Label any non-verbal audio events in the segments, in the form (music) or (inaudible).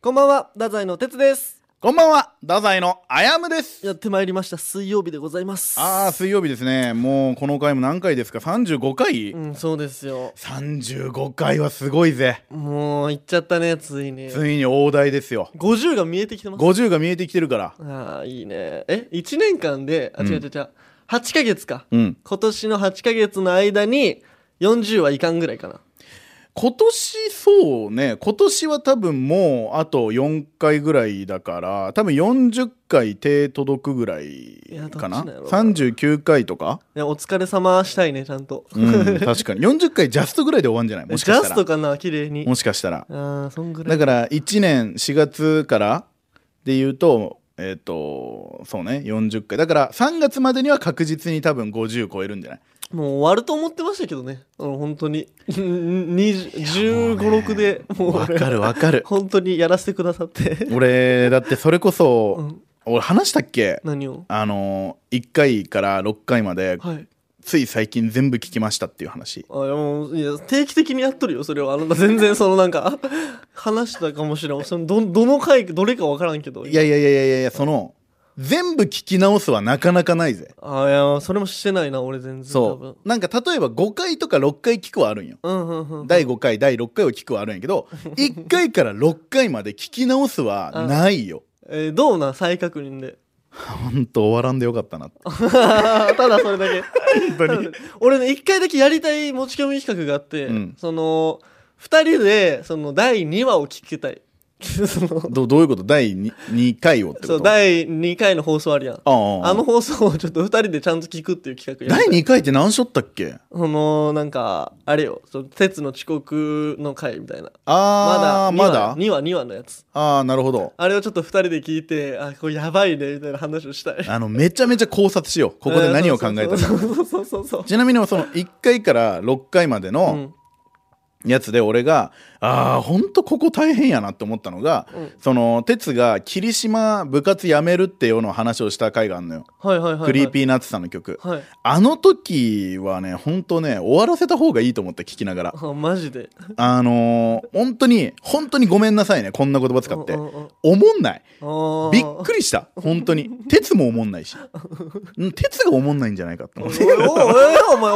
こんばんは、太宰の哲です。こんばんは、太宰のあやむです。やってまいりました、水曜日でございます。ああ、水曜日ですね。もうこの回も何回ですか ?35 回、うん、そうですよ。 ?35 回はすごいぜ。もう、行っちゃったね、ついに。ついに大台ですよ。 50が見えてきてます。 50が見えてきてるから。ああ、いいね。え、1年間で、あ、うん違う違う違う。8ヶ月か。うん。今年の8ヶ月の間に、40はいかんぐらいかな。今年そうね、今年は多分もうあと4回ぐらいだから、多分40回手届くぐらいやどっちかなな。んやろうな39回とか、いや、お疲れ様したいね、ちゃんと。う (laughs) ん、確かに。40回ジャストぐらいで終わんじゃないもしジかャしたスら。トかな、綺麗に。もしかしたら。ああ、そんぐらだい。から1年4月からで言うとえっ、とそうね40回だから3月までには確実に多分50超えるんじゃないもう終わると思ってましたけどね。あの、本当に。15、6で、もうわ俺、かるわかる本当にやらせてくださって。俺だってそれこそ、うん俺話したっけ何をあの1回から6回まではい。つい最近全部聞きましたっていう話あいやもういや定期的にやっとるよそれはあなた全然そのなんか (laughs) 話したかもしれんそのどどの回どれか分からんけどいやいやいやいやいやその全部聞き直すはなかなかないぜあいやそれもしてないな俺全然多分そうなんか例えば5回とか6回聞くはあるんようんうんうん第5回第6回を聞くはあるんやけ (laughs) ど1回から6回まで聞き直すはないよえーどうなん再確認で (laughs) ほんと終わらんでよかったなってただそれ (laughs) だけ本た当だ俺ね一回だけやりたい持ち込み企画があって、うんその二人でその第2話を聞きたい (laughs) そのどどういうこと第 2, 回をってことそう第2回の放送あるやんあああの放送をちょっと二人でちゃんと聞くっていう企画やりたい第2回って何しょったっけそのなんかあれよその鉄の遅刻の回みたいなああままだだ2話2話のやつああなるほどあれをちょっと2人で聞いてあこれやばいねみたいな話をした (laughs) いあのめちゃめちゃ考察しようここで何を考えかたかそうそうそうそうそうちなみにその1回から6回までうのんやつで俺が、ああほんとここ大変やなって思ったのが、うんその哲が霧島部活やめるってよの話をした回があんのよ、はいはいはいはいクリーピーナッツさんの曲はいあの時はねほんとね終わらせた方がいいと思って聞きなが (laughs) らあマジであのー、本当に本当にごめんなさいねこんな言葉使ってうんうんうん思んないあーびっくりした本当に鉄も思んないしうん鉄が思んないんじゃないかってお思 (laughs) いって、おいおいお前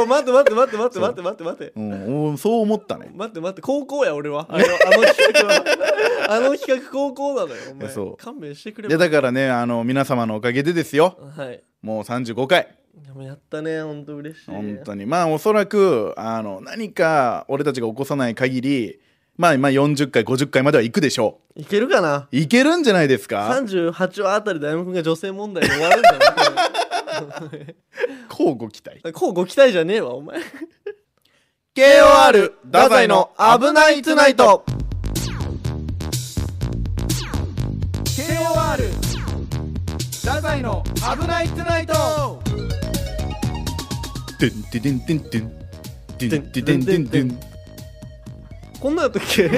おい待って待って待って待って待って待って待ってうん、おそう思ったね待って待って高校や俺はあのあの企画は (laughs) あの企画高校なのよお前そう勘弁してくれでだからねあの皆様のおかげでですよはいもう35回でもやったね本当嬉しい本当にまあおそらくあの何か俺たちが起こさない限りまあまあ40回50回までは行くでしょいけるかなういけるんじゃないですか38話あたりで歩夢君が女性問題で終わるんじゃないこれ (laughs) 交互期待こうご期待じゃねえわお前 KOR 太宰の危ないトゥナイト KOR 太宰の危ないトゥナイトてんてんてんてんてんてんてんてんてんてんこんなんやったっ (laughs) け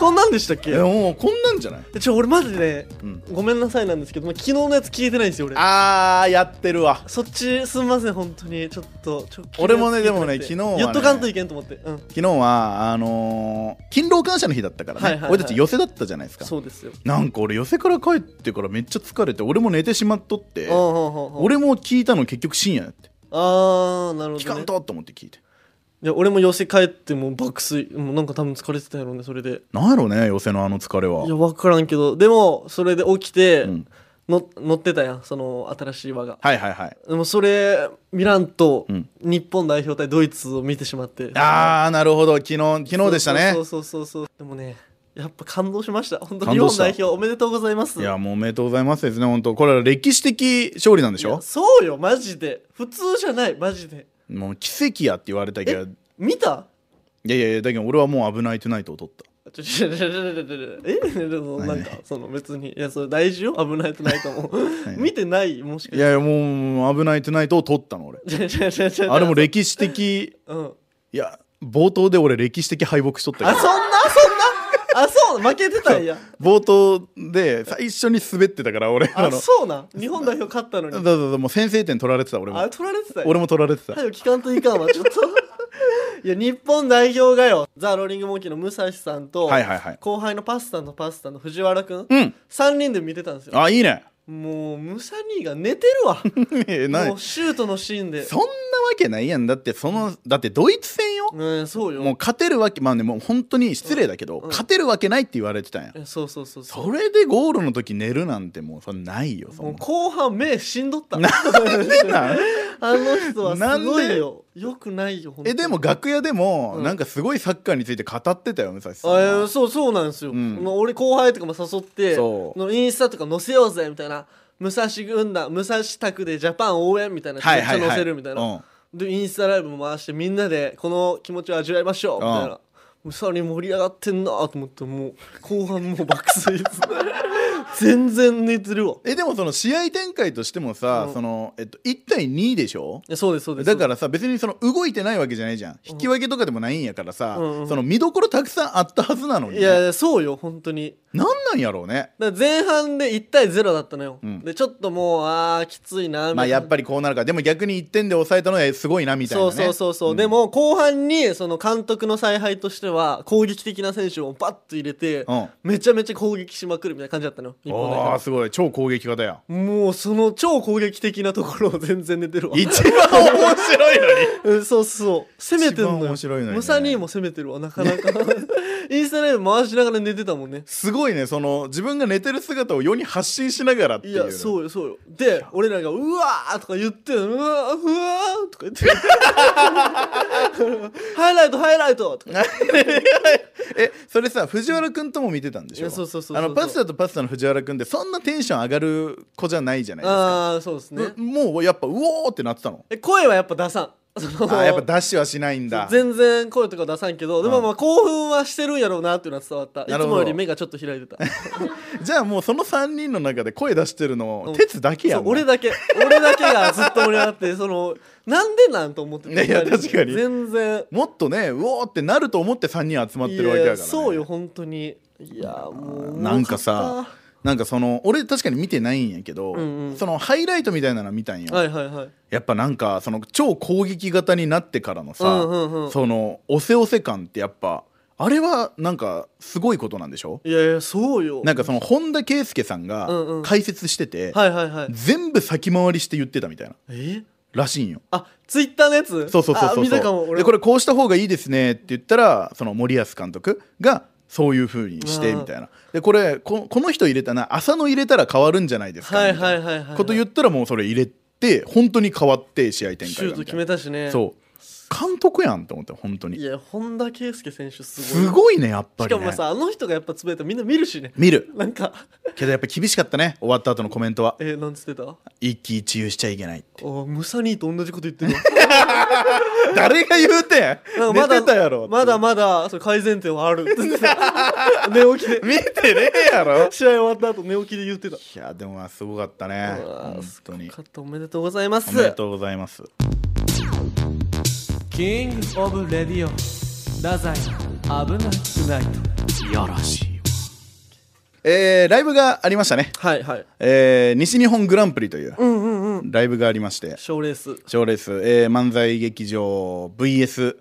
こんなんでしたっけえもうこんなんじゃない、ちょ俺マジでねうん、ごめんなさいなんですけどもう昨日のやつ聞いてないんですよ俺あーやってるわそっちすんません本当にちょっと直近のやつ俺もね聞いてなくてでもね昨日はね言っとかんといけんと思ってうん昨日はあのー勤労感謝の日だったからね、はいはいはい俺たち寄せだったじゃないですかそうですよなんか俺寄せから帰ってからめっちゃ疲れて俺も寝てしまっとってうんうんうんうん俺も聞いたの結局深夜やってああなるほ聞かど、ねん、とと思って聞いていや俺も寄せ帰ってもう爆睡もうなんか多分疲れてたやろうねそれでなんやろうね寄せのあの疲れはいや分からんけどでもそれで起きて、うんの乗ってたやんその新しい輪がはいはいはいでもそれ見らんと、うん日本代表対ドイツを見てしまって (laughs) あーなるほど昨日昨日でしたねそうそうそうそうそうでもねやっぱ感動しました本当に感日動本した代表おめでとうございますいやもうおめでとうございますですね本当これは歴史的勝利なんでしいやょそうよマジで普通じゃないマジでもう奇跡やって言われたけどい見たやいやいやだけど俺はもう「危ないトゥナイト」を取ったちょちょちょちょちょちょえ (laughs) でもなんかその別にいやそれ大事よ危ないとないと思うい見てないもしかいやいやもう「危ないトゥナイト」を取ったの俺してちょちょちょちょあれも歴史的うんいや冒頭で俺歴史的敗北しとったけどあそんなそんなあそう負けてたんや冒頭で最初に滑ってたから俺ああのそうなん日本代表勝ったのそうにそうそうもう先制点取られてた俺もあ取られてたんや俺も取られてたはよ聞かんといかんわちょっと (laughs) いや日本代表がよザ・ローリング・モンキーの武蔵さんと、はいはいはい後輩のパスタのパスタの藤原くん、うん3人で見てたんですよあいいね (laughs) もうムサニーが寝てるわえなもうシュートのシーンでそんなわけないやんだってそのだってドイツ戦ようんそうよもう勝てるわけまあねもう本当に失礼だけど、うん勝てるわけないって言われてたんや、えそうそうそうそうそれでゴールの時寝るなんてもうそれないよそもうん後半目しんどったな (laughs) あの人はすごなんいでよよくないよ本当えにでも楽屋でも、うんなんかすごいサッカーについて語ってたよ武蔵さんあえーはそうそうなんですよ、うんまあ俺後輩とかも誘ってそうのインスタとか載せようぜみたいな武蔵軍団武蔵宅でジャパン応援みたいなめっちゃ載せるみたいな、うんでインスタライブも回してみんなでこの気持ちを味わいましょうみたいな、もうさらに盛り上がってんなと思ってもう後半もう爆睡です (laughs) 全然寝てるわえでもその試合展開としてもさ、うんそのえっと、1対2でしょいやそうですそうですだかららさ別にその動いてないわけじゃないじゃん引き分けとかでもないんやからさ、うんうんその見どころたくさんあったはずなのに、いね、やいやそうよ本当になんなんやろうねだから前半で1対0だったのよ、うんでちょっともうあーきついなみまたあいな、やっぱりこうなるからでも逆に1点で抑えたのはすごいなみたいな、そね、うそうそうそう、んでも後半にその監督の采配としては攻撃的な選手をバッと入れて、うんめちゃめちゃ攻撃しまくるみたいな感じだったのよ日本代あ表あすごい超攻撃型やもうその超攻撃的なところを全然寝てるわ一番面白いの (laughs) にうんそうそう攻めてんの一よ番面白いのにねムサニーも攻めてるわなかな (laughs) かインスタライブ回しながら寝てたもんねすごいねその自分が寝てる姿を世に発信しながらっていいうやそうよそうよで俺らが「うわ!」とか言って「うわーうわ!」とか (laughs) 言って「ハイライトハイライト!」とかえそれさ藤原君とも見てたんでしいょやそうそうそうそうあのパスタとパスタの藤原君ってそんなテンション上がる子じゃないじゃないですかああーそうですねうもうやっぱうおーってなってたのえ声はやっぱ出さんそのあやっぱダッシュはしないんだ全然声とか出さんけどでうもんまあ興奮はしてるんやろうなっていうのは伝わったいなつるほどもより目がちょっと開いてた (laughs) じゃあもうその3人の中で声出してるのうん鉄だけやそんう俺だけ俺だけがずっと盛り上がってそのなんでなんと思ってたいや確かに全然もっとねうおーってなると思って3人集まってるわけだから、ね、いやそうよ本当にいやもうなんかさなんかその俺確かに見てないんやけど、うんうんそのハイライトみたいなの見たんよ、はいはいはいやっぱなんかその超攻撃型になってからのさ、うんうんうんそのおせおせ感ってやっぱあれはなんかすごいことなんでしょいやいやそうよなんかその本田圭佑さんうんうがん解説してて、はいはいはい全部先回りして言ってたみたいなえらしいんよあツイッターのやつそうそうそうそうあ見たかも俺でこれこうした方がいいですねって言ったらその森保監督がそういう風にしてうんみたいなでこれここの人入れたな浅野入れたら変わるんじゃないですかはいみたはいいなはいはいこと言ったらもうそれ入れて本当に変わって試合展開シューがトみ決たいめたしねなそう監督やんと思って本当いにや本田圭佑選手すごいすごいねやっぱしりかねもさあの人がやっぱつぶやいたらみんな見るしね見るなんかけどやっぱ厳しかったね終わった後のコメントはえー、なんつってた一喜一憂しちゃいけないっておムサニーと同じこと言って (laughs) るわ誰が言うてなんかん寝まだてたやろってまだまだそれ改善点はあ (laughs) る寝起きで見てねえやろ試合終わった後寝起きで言ってたいやでもまあすごかったねうわ本ーす当ごにかったおめでとうございますおめでとうございますキングオブレディオ太宰危なくないといやらしいえーライブがありましたね、はいはいえー西日本グランプリといううんうんうんライブがありまして賞レース賞レース、えー漫才劇場 VS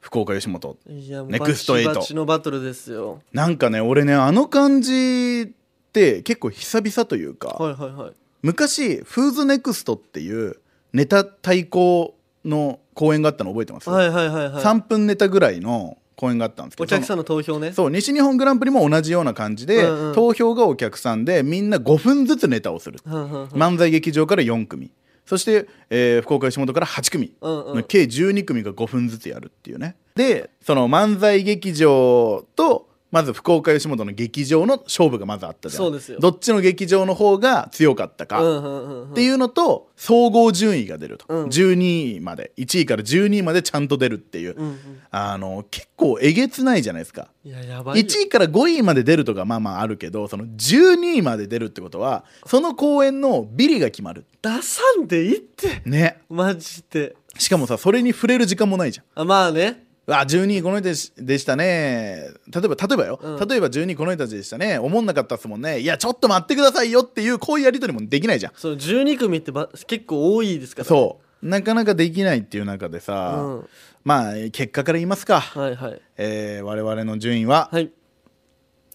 福岡吉本いやもうネクストエイトバチバチのバトルですよなんかね俺ねあの感じって結構久々というか、はいはいはい昔フーズネクストっていうネタ対抗の公演があったの覚えてます、はいはいはいはい3分ネタぐらいの公演があったんですけどお客さんの投票ねそう西日本グランプリも同じような感じで、うんうん投票がお客さんでみんな5分ずつネタをする、うんうんうん漫才劇場から4組そして、えー福岡吉本から8組うんうんの計12組が5分ずつやるっていうねでその漫才劇場とまず福岡吉本の劇場の勝負がまずあったじゃんそうですよどっちの劇場の方が強かったか、うんうんうんうんっていうのと総合順位が出ると、うん12位まで1位から12位までちゃんと出るっていう、うんうんあの結構えげつないじゃないですかいややばいよ1位から5位まで出るとかまあまああるけどその12位まで出るってことはその公演のビリが決まる出さんでいいってねマジでしかもさそれに触れる時間もないじゃんあまあねあ12位この人でしでしたね例えば例えばよ、うん例えば12位この人たちでしたね思んなかったっすもんねいやちょっと待ってくださいよっていうこういうやり取りもできないじゃんその12組ってば結構多いですからそうなかなかできないっていう中でさ、うんまあ結果から言いますか、はいはいえー我々の順位ははい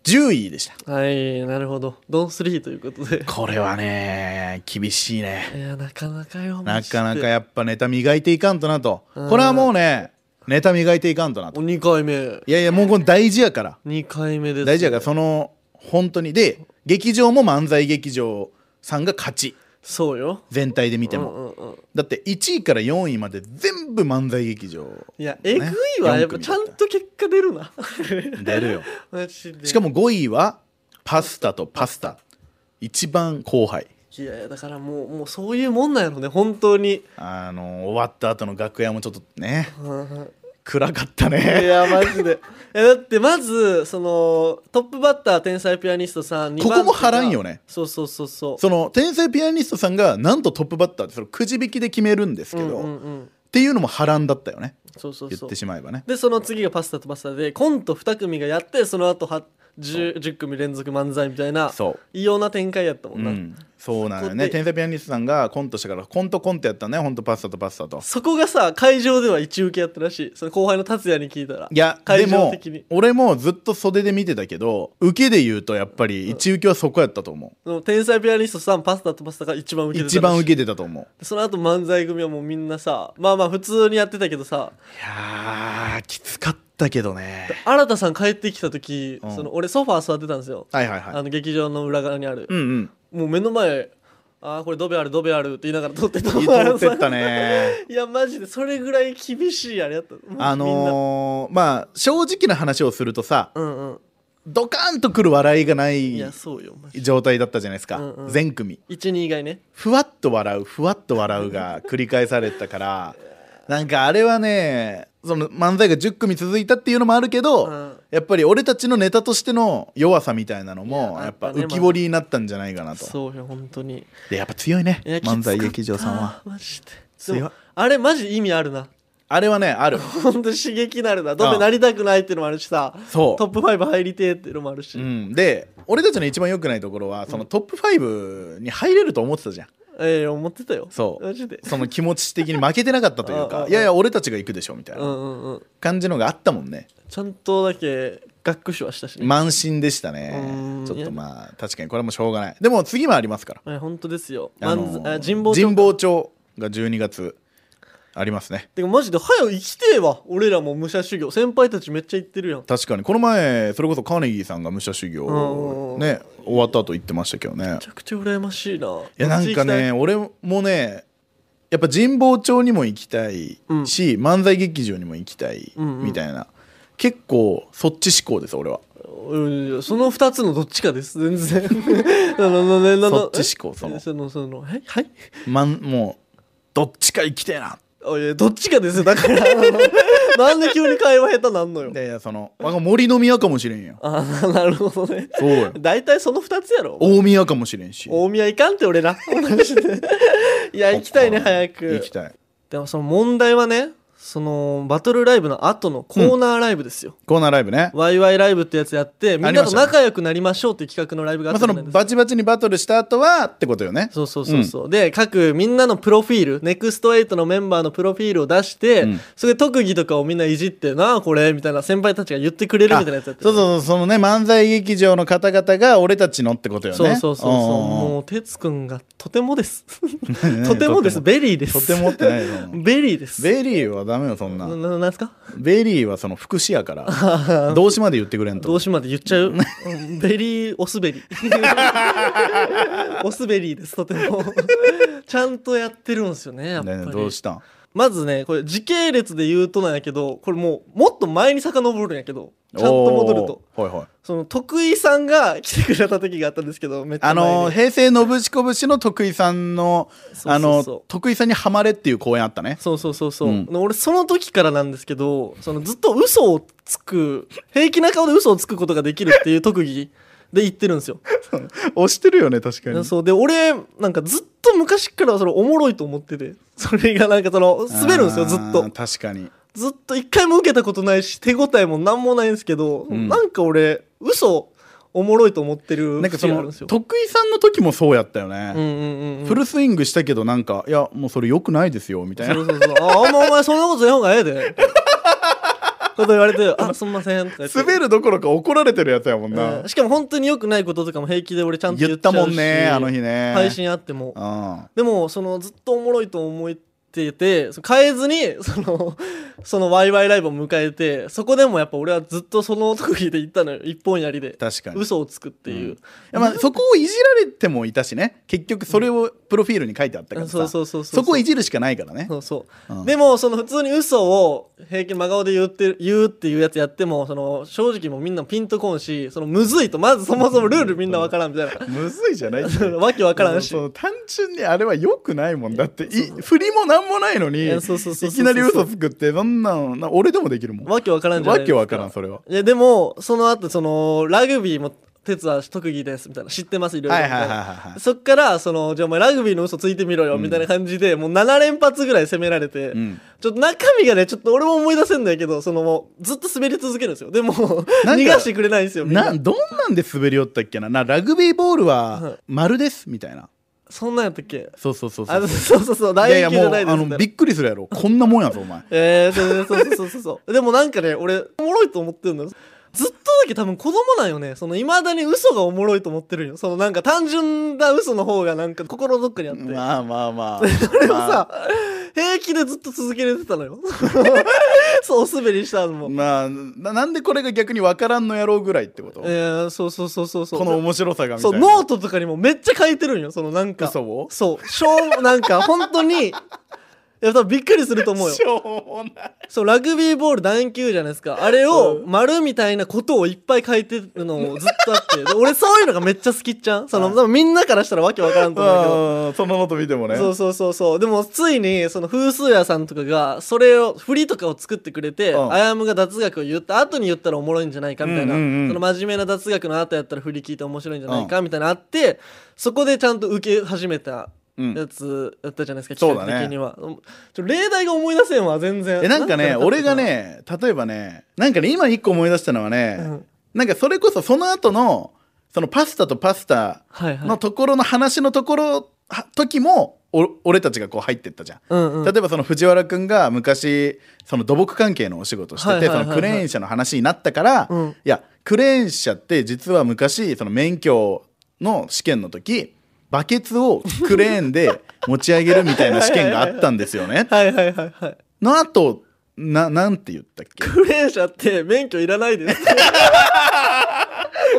10位でした、はいなるほどドン3ということ (laughs) でこれはね厳しいねいやなかなかよなかなかややっぱネタ磨いていかんとなとうんこれはもうねネタ磨いていかんとなと2回目いやいやもうこれ大事やから2回目です大事やからその本当にで劇場も漫才劇場さんが勝ちそうよ全体で見ても、うんうんうんだって1位から4位まで全部漫才劇場 (laughs) いやえぐいわ、ねやっぱちゃんと結果出るな (laughs) 出るよマジでしかもも5位はパスタとパスタ一番後輩いやいやだからもうもうそういうもんなんやろね本当に、あの終わった後の楽屋もちょっとねうんうん暗かったいねやマジでえだってまずそのトップバッター天才ピアニストさんここも波乱よねねそうそうそうそうその天才ピアニストさんがなんとトップバッターってそれくじ引きで決めるんですけど、うんうんっうん、ていうのも波乱だったよねそうそう言そうってしまえばねでその次がパスタとパスタでコント2組がやってその後は 10, 10組連続漫才みたいなそう異様な展開やったもんな、うん、そうなのよそこねで天才ピアニストさんがコントしたからコントコントやったねほんとパスタとパスタとそこがさ会場では一受けやったらしいその後輩の達也に聞いたらいやで会場も的に俺もずっと袖で見てたけど受けで言うとやっぱり一受けはそこやったと思その天才ピアニストさんパスタとパスタが一番う受けてたらしい一番受けてたと思うその後漫才組はもうみんなさまあまあ普通にやってたけどさいやーきつかったけどね新田さん帰ってきた時、うんその俺ソファー座ってたんですよ、はいはいはあいの劇場の裏側にある、うん (laughs) うんもう目の前ああこれドベあるドベあるって言いながら撮ってた通ってったね (laughs) いやマジでそれぐらい厳しいあれやったもうみんなあのー、まあ正直な話をするとさうんうんドカンとくる笑いがないいやそうよマジで状態だったじゃないですか、うんうん全組12以外ねふわっと笑うふわっと笑うが繰り返されてたからなんかあれはねその漫才が10組続いたっていうのもあるけど、うんやっぱり俺たちのネタとしての弱さみたいなのもいややっぱあったね浮き彫りになったんじゃないかなとそうよ本当にでやっぱ強いねいや漫才劇場さんきはつかったマジで強いでもあれマジ意味あるなあれはねある本当刺激になるなドベなりたくないっていうのもあるしさそうトップ5入りてえっていうのもあるし、うん、で俺たちの一番良くないところはそのトップ5に入れると思ってたじゃんええ思ってたよそうマジでその気持ち的に負けてなかったというああかあいやいや俺たちが行くでしょみたいうなんうんうん感じのがあったもんねちゃんとだけ学習はしたしね、満身でしたうねんちょっとまあ確かにこれもしょうがないでも次もありますからえ本当ですよあ漫の才あ神保町神保町が12月ありますねてかマジで早く生きてえわ俺らも武者修行先輩たちめっちゃ行ってるやん確かにこの前それこそカーネギーさんが武者修うんうんう行んね終わった後言ってましたけどねめちゃくちゃ羨ましいないいやなんかね俺もねやっぱ神保町にも行きたいし、うん漫才劇場にも行きたいうんうんみたいな、結構そっち思考です俺はうんその2つのどっちかです全然 (laughs) あのねなのそっち思え考そのそのそのえはいまんもうどっちか行きたいなあいやどっちかですよだから (laughs) なんで急に会話下手なんのよいやいやそのわが森の宮かもしれんよあーなるほどねそうよ大体その2つやろ大宮かもしれんし大宮行かんって俺 (laughs) らマジでいや行きたいね早く行きたいでもその問題はねそのバトルライブの後のコーナーライブですよ、コーナーライブね、ワイワイライブってやつやってみんなありましとたね仲良くなりましょうっていう企画のライブがあまあ、ったそじゃのないですか、バチバチにバトルした後はってことよねそうそうそうそう、で各みんなのプロフィールネクストエイトのメンバーのプロフィールを出して、うんそれで特技とかをみんないじってなあこれみたいな先輩たちが言ってくれるみたいなやつやってそうそうそのね漫才劇場の方々が俺たちのってことよねそうそうそうそううんうんもう哲くんがとてもです (laughs) うんとてもですベリーですとてもってないよそんなベリーですベリーはダメよそんななななんすかベリーはその副詞やから (laughs) 動詞まで言ってくれんと動詞まで言っちゃううん (laughs) ベリーおすべ (laughs) りおすべりですとてもちゃんとやってるんですよねやっぱねえねりえどうしたんまずねこれ時系列で言うとなんやけどこれもうもっと前に遡るんやけどちゃんと戻るとおーはいはいその徳井さんが来てくれた時があったんですけどめっちゃあ前にの平成のぶしこぶしの徳井さんのそうそうそうあの徳井さんにハマれっていう公演あったねそうそうそうそう、うんで俺その時からなんですけどそのずっと嘘をつく平気な顔で嘘をつくことができるっていう特技で言ってるんですよ押してるよね確かにそうで俺なんかずっと昔からそれおもろいと思ってて (laughs) それがなんかその滑るんですよずっあーと確かにずっと一回も受けたことないし手応えもなんもないんですけど、んなんか俺嘘おもろいと思ってるなんか節そがあるんのですよ。徳井さんの時もそうやったよね、うんうんうん、フルスイングしたけどなんかいやもうそれ良くないですよみたいなそうそうそう。あ、あんまお前そんなことせん方がええで。 (laughs) こと言われて、あ、すんません。とか言って滑るどころか怒られてるやつやもんな、うんしかも本当に良くないこととかも平気で俺ちゃんと言言っっちゃたうしもんねあの日ね配信あってもうんあでもそのずっとおもろいと思っててその変えずに (laughs) そのそのワイワイライブを迎えてそこでもやっぱ俺はずっとその特技で行ったのよ一本やりで確かにい嘘をつくっていう、やまあそこをいじられてもいたしね結局それをプロフィールに書いてあったからさ、そうそうそうそこをいじるしかないからねそうそううんでもその普通に嘘を平気に真顔で言ってる言うっていうやつやってもその正直もうみんなピンとこんしそのむずいとまずそもそもルールみんなわからんみ (laughs) たいなむずいじゃないってそのわけわからんしそう単純にあれは良くないもんだってい振りもなんもないのにいいやそうそうそうそうきなり嘘つくってそんなのな俺でもできるもんわけわからんじゃないですわけかわからんそれはいやでもその後そのラグビーも哲は特技ですみたいな知ってますいろいろはいみはたいいはいなはいそっからそのじゃあお前ラグビーの嘘ついてみろよみたいな感じで、もう7連発ぐらい攻められて、うんちょっと中身がねちょっと俺も思い出せんだけどそのもうずっと滑り続けるんですよでも逃なんかがしてくれないんですよみんななんどんなんで滑り寄ったっけななラグビーボールははい丸ですみたいなそんなんやったっけそうそうそうそあうそうそうそういや大いや球もじゃうないであすみたのいなびっくりするやろこんなもんやぞお前えー、そうそうそうそうそうそうでもなんかね俺おもろいと思ってるのずっとだけ多分子供なんよねそのいまだに嘘がおもろいと思ってるんよそのなんか単純な嘘の方がなんか心のどっかにあって、まあまあ (laughs) まあそれをまあさ平気でずっと続けれてたの (laughs) よそうお滑りしたのも、まあななんでこれが逆に分からんのやろうぐらいってことえー、そうそうそうそうそうこの面白さがみたそいうなノートとかにもめっちゃ書いてるんよそのなんか嘘をそうしょうなんか本当にいや多分びっくりすると思うよしょうもないそうラグビーボール楕円球じゃないですかあれを丸みたいなことをいっぱい書いてるのをずっとあってで俺そういうのがめっちゃ好きっちゃんその、はい多分みんなからしたらわけわからんと思うけどうんそのノート見てもねそうそうそうそうでもついにその風数屋さんとかがそれを振りとかを作ってくれて、うんあやむが脱学を言った後に言ったらおもろいんじゃないかみたいな、うんうんうんその真面目な脱学の後やったら振り聞いて面白いんじゃないかみたいなのあって、そこでちゃんと受け始めたうんやつやったじゃないですか、そうだ企ね画的には、ちょ例題が思い出せんわ全然えなんかねなかな俺がね例えばねなんかね今一個思い出したのはね、うんなんかそれこそその後のそのパスタとパスタはいはいのところの話のところ、は時もお俺たちがこう入ってったじゃん。うんうん例えばその藤原君が昔その土木関係のお仕事をしてはいてはいはそいはいのクレーン車の話になったから、うんいやクレーン車って実は昔その免許の試験の時バケツをクレーンで持ち上げるみたいな試験があったんですよねはいはいはいはい。のあとななんて言ったっけクレーン車って免許いらないです。 (laughs)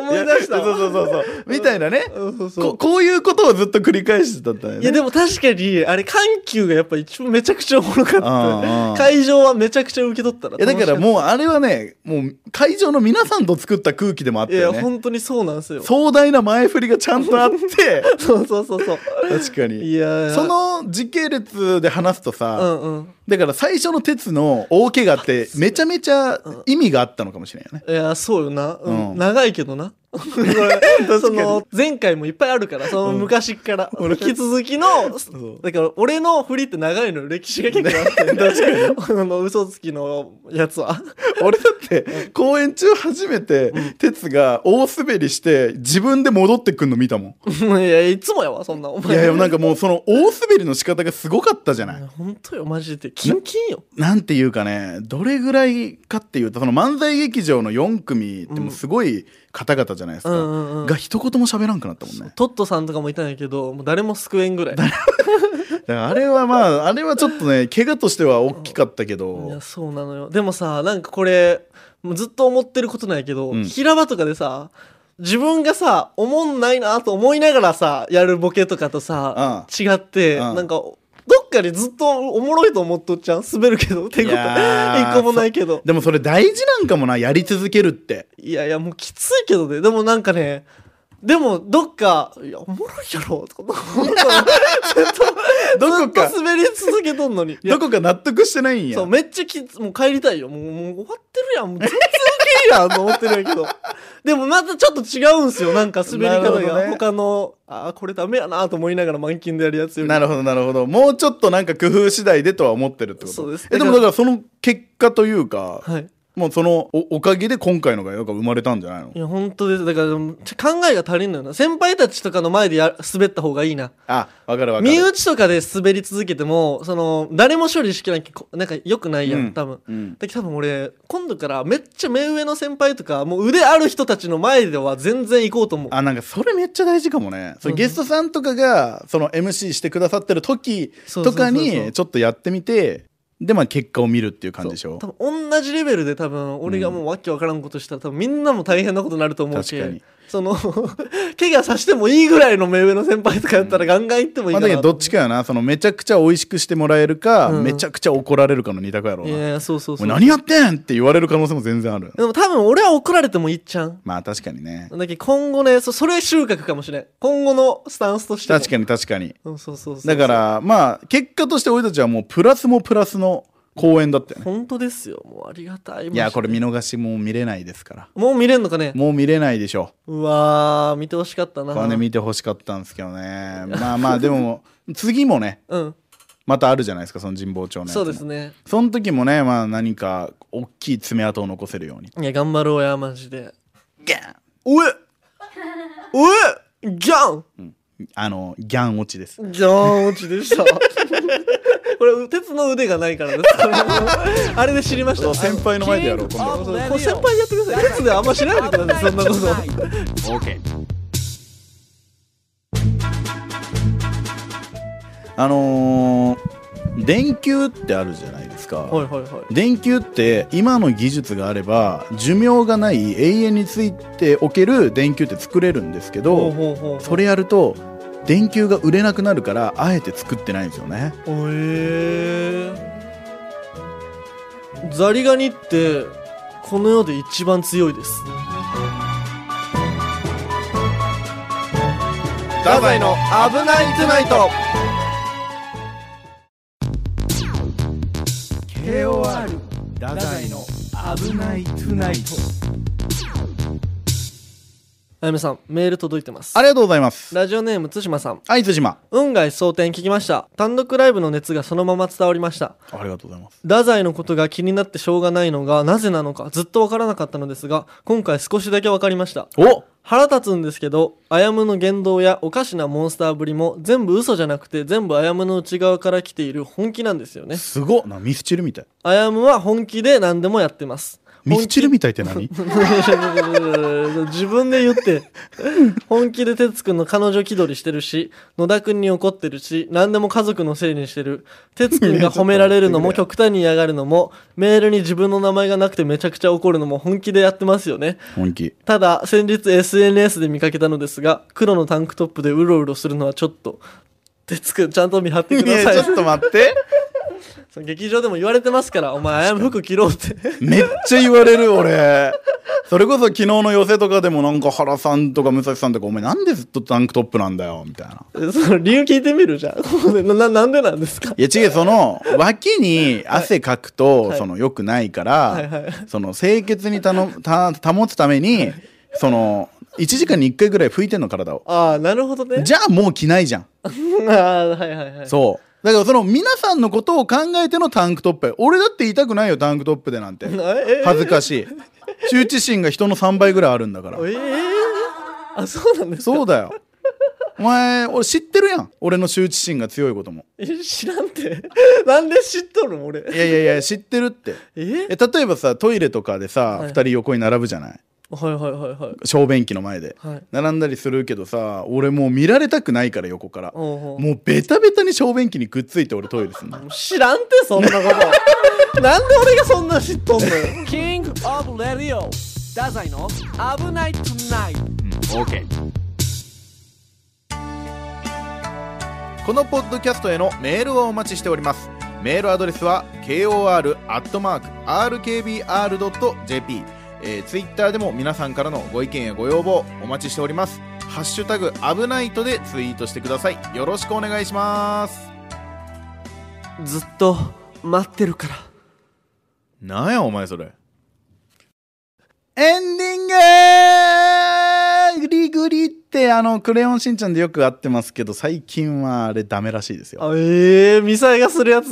思い出したいやそうわ。そうそうそうみたいなね、うんそうそうここういうことをずっと繰り返してたんだよねいやでも確かにあれ緩急がやっぱ一番めちゃくちゃおもろかうんうんった会場はめちゃくちゃ受け取ったないやだからもうあれはねもう会場の皆さんと作った空気でもあったいやよね本当にそうなんですよそ壮大な前振りがちゃんとあって (laughs) うそうそうそう確か (laughs) いにやーその時系列で話すとさ、うんうんだから最初の鉄の大怪我ってめちゃめちゃ意味があったのかもしれないよねいやそうよな、うんうん長いけどな (laughs) これその前回もいっぱいあるからその昔から、俺引き続きのうだから俺の振りって長いのよ歴史が結構あ (laughs) って、あの嘘つきのやつは俺だって公演中初めて鉄が大滑りして自分で戻ってくんの見たもんいやいつもやわそんなおいや前いやなんかもうその大滑りの仕方がすごかったじゃない。本当よマジでキンキンよなんていうかねどれぐらいかっていうとその漫才劇場の4組ってもうすごい方々じゃないですか、うんうんうんが一言も喋らんくなったもんねトットさんとかもいたんやけどもう誰も救えんぐらいだからあれはまああれはちょっとね怪我としては大きかったけいどやそうなのよでもさなんかこれもうずっと思ってることなんやけど、うん平場とかでさ自分がさ思んないなと思いながらさやるボケとかとさ、違って、うんなんかどっかでずっとおもろいと思っとっちゃう滑るけど手応えいやー (laughs) 一個もないけどでもそれ大事なんかもなやり続けるっていやいやもうきついけどねでもなんかねでもどっか「いやおもろいやろ」とか (laughs) どこか滑り続けとんのに。どこか納得してないんやそうめっちゃきつもう帰りたいよもうもう終わってるやんもう全然ウケるやんと思ってるんやけど (laughs) でもまたちょっと違うんすよなんか滑りなる方ほどが、ね他のああこれダメやなと思いながら満勤でやるやつよりなるほどなるほどもうちょょっとなんか工夫次第でとは思ってるってことそうですえでもだからその結果というか、はいもうそのおおかげで今回のがなんか生まれたんじゃないのいや本当ですだからちょ考えが足りんのよな先輩たちとかの前でや滑った方がいいなあわかるわかる身内とかで滑り続けてもその誰も処理しきらんきこなんか良くないやん、うん多分うんだけど多分俺今度からめっちゃ目上の先輩とかもう腕ある人たちの前では全然行こうと思うあなんかそれめっちゃ大事かもね、それうんゲストさんとかがその MC してくださってる時そうそとうそうそうかにちょっとやってみてでまあ結果を見るっていう感じでしょそう多分同じレベルで多分俺がもうわけわからんことしたら多分みんなも大変なことになると思うし確かにその (laughs) 怪我さしてもいいぐらいの目上の先輩とかやったらガンガン行ってもいいまあ、かだなけとど思う、どっちかやなそのめちゃくちゃ美味しくしてもらえるか、うんめちゃくちゃ怒られるかの二択やろういな、やいやそうそうおそう前何やってんって言われる可能性も全然あるでも多分俺は怒られてもいいっちゃんまあ確かにねだけど今後ねそそれ収穫かもしれん今後のスタンスとしても確かに確かにうんそうそうそうだからまあ結果として俺たちはもうプラスもプラスの公演だったよね本当ですよもうありがたいいやこれ見逃しもう見れないですからもう見れんのかねもう見れないでしょうわー見てほしかったなこれね見てほしかったんですけどねまあまあでも次もねうんまたあるじゃないですかその神保町のやつもそうですねその時もねまあ何か大きい爪痕を残せるようにいや頑張ろうやマジでギャンおえおえギャンあのギャン落ちですギャン落ちでしたこれ鉄の腕がないからですあれで知りました先輩の前でやろう今度これ先輩やってください鉄であんましないでくださいそんなことオーケーあのー電球ってあるじゃないですか、はいはいはい電球って今の技術があれば寿命がない永遠についておける電球って作れるんですけほうどほうほうそれやると電球が売れなくなるからあえて作ってないんですよねえー、ザリガニってこの世で一番強いです太宰の危ないトゥナイト KOR 太宰の危ないトゥナイトあやめさんメール届いてますありがとうございますラジオネーム対馬さんはい対馬運外蒼天聞きました単独ライブの熱がそのまま伝わりましたありがとうございます太宰のことが気になってしょうがないのがなぜなのかずっとわからなかったのですが今回少しだけわかりましたお腹立つんですけどアヤムの言動やおかしなモンスターぶりも全部嘘じゃなくて全部アヤムの内側から来ている本気なんですよねすごっなミスチルみたいアヤムは本気で何でもやってますミスチルみたいって何 (laughs) 自分で言って本気で哲くんの彼女気取りしてるし野田くんに怒ってるし何でも家族のせいにしてる哲くんが褒められるのも極端に嫌がるのもメールに自分の名前がなくてめちゃくちゃ怒るのも本気でやってますよね本 (laughs) 気ただ先日 SNS で見かけたのですが黒のタンクトップでうろうろするのはちょっと哲くんちゃんと見張ってくいだやちさいょっと待ってその劇場でも言われてますからお前あやむ服着ろって (laughs) めっちゃ言われる俺それこそ昨日の寄せとかでもなんか原さんとか武蔵さんとか「お前なんでずっとタンクトップなんだよ」みたいな。えその理由聞いてみるじゃん。ここでなななんでなんですかいや違うその脇に汗かくと、はいその良くないから、いはいその清潔にたのた保つためにその1時間に1回ぐらい拭いてんの体をああ、なるほどね。じゃあもう着ないじゃんああ、はいはいはい。そうだからその皆さんのことを考えてのタンクトップ俺だって言いたくないよタンクトップでなんてあええ恥ずかしい羞恥心が人の3倍ぐらいあるんだからええあ、そうなんですかそうだよ。お前、俺知ってるやん。俺の羞恥心が強いことも。え知らんて。 (laughs) なんで知っとるの俺。いやいやいや、知ってるって。ええ例えばさ、トイレとかでさ、はい2人横に並ぶじゃないはいはいはいはい。小便器の前で。はい。並んだりするけどさ、俺もう見られたくないから横から。おうおうもうベタベタに小便器にくっついて俺トイレすんの。知らんて、そんな (laughs) こと。なんで俺がそんな知っとんのよ。キングオブレディオ太宰の危ないトゥナイトこのポッドキャストへのメールをお待ちしておりますメールアドレスは kor.rkbr.jp えー、ツイッターでも皆さんからのご意見やご要望お待ちしておりますハッシュタグ危ないとでツイートしてくださいよろしくお願いしますずっと待ってるから。なんやお前それエンディンググリグリってあの「クレヨンしんちゃん」でよく会ってますけど最近はあれダメらしいですよあええミサイがするやつ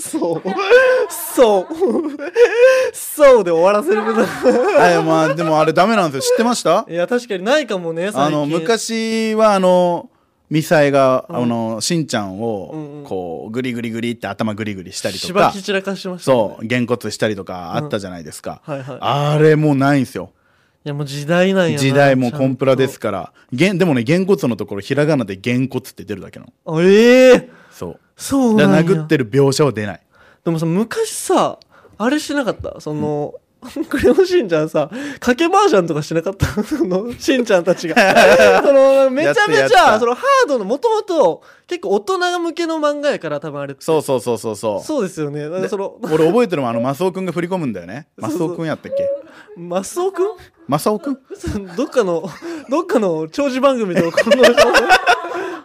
そ (laughs) そうう。そう。 (laughs) そうで終わらせることあいまあでもあれダメなんですよ知ってましたいや、確かにないかもね、最近。あの、昔はあの、ミサイが、あの、しんちゃんうんうをん、こう、グリグリグリって頭グリグリしたりとしばかき、散らかしましたね、そう、げんこつしたりとかあったじゃないですか。はいはい。あれもうないんですよ。いや、もう時代なんやな。時代もちゃんコとンプラです。から。げんでもね、げんこつのところ、ひらがなでげんこつって出るだけなの。あええそう。そうだなんかやら殴ってる描写は出ない。でもさ、昔さ、あれしなかったその、クレヨンしんちゃんさ、賭けバージョンとかしなかった (laughs) その、しんちゃんた (laughs) ちが。 (laughs) その、めちゃめやっちたやったゃ、その、ハードの、もともと、結構大人向けの漫画やから、多分あれ。そうそうそうそうそう。そうですよね。だからその、俺覚えてるもん、あの、マサオくんが振り込むんだよね。マサオくんやったっけマスオくんマサオくんそのどっかの、どっかの長寿番組とか、この人、 (laughs)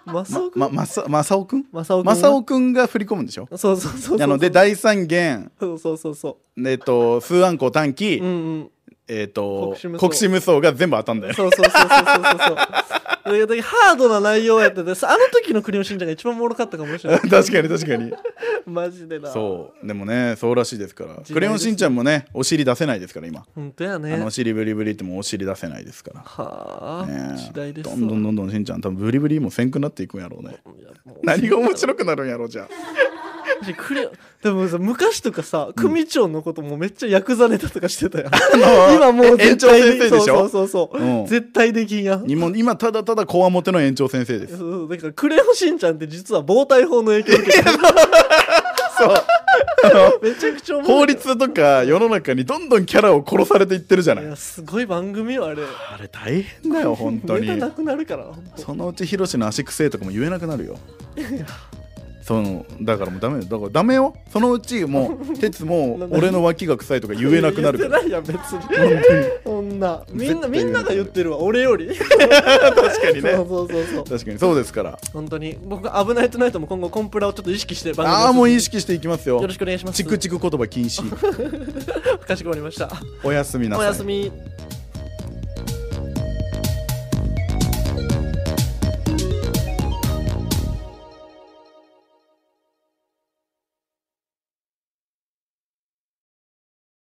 マスオくんま、まさ、マサオくんマサオくんマサオくんが振り込むんでしょそうそうそうそう。なので、第三元、そうそうそうそえっと、スーアンコ短期う。うん、うん。えっと国士無、双国士無双が全部当たんだよね。そうそうそうそうそうそうそう。だけどハードな内容やっててさあの時のクレヨンしんちゃんが一番おもろかったかもしれ (laughs) ない確かに確かに。マジでなそう。でもね、そうらしいですから。すねクレヨンしんちゃんもね、お尻出せないですから、今。本当やねあの、お尻ブリブリってもうお尻出せないですから。はあ、ねえ時代ですどわんどんどんどんしんちゃん、多分ブリブリもせんくなっていくんやろうね。いやもう何が面白くなるんやろう、じゃあ。クレヨンでもさ昔とかさ組長のこともめっちゃヤクザネタとかして (laughs) たやん、の今もう絶園長対先で生でしそうょそうそうそう、うん絶対できんやんにも今ただただこわもての園長先生ですそうだからクレヨンしんちゃんって実は防体法の影響を受けてそうめちゃくちゃおもろい法律とか世の中にどんどんキャラを殺されていってるじゃないいやすごい番組よあれあれ大変だよ本当ネにタなくなるからほんとそのうちヒロシの足くせえとかも言えなくなるよそのだからもうダメよだからダメよそのうちも (laughs) う鉄も俺の脇が臭いとか言えなくなるか言らえてないやん別にそんなみんな絶対み言えないんなが言ってるわ俺より (laughs) 確かにそねうそうそうそう確かにそうですから本当に僕「危ないトゥナイト」も今後コンプラをちょっと意識して番組をああもう意識していきますよよろしくお願いしますチクチク言葉禁止かしこまりましたおやすみなおさいやすみ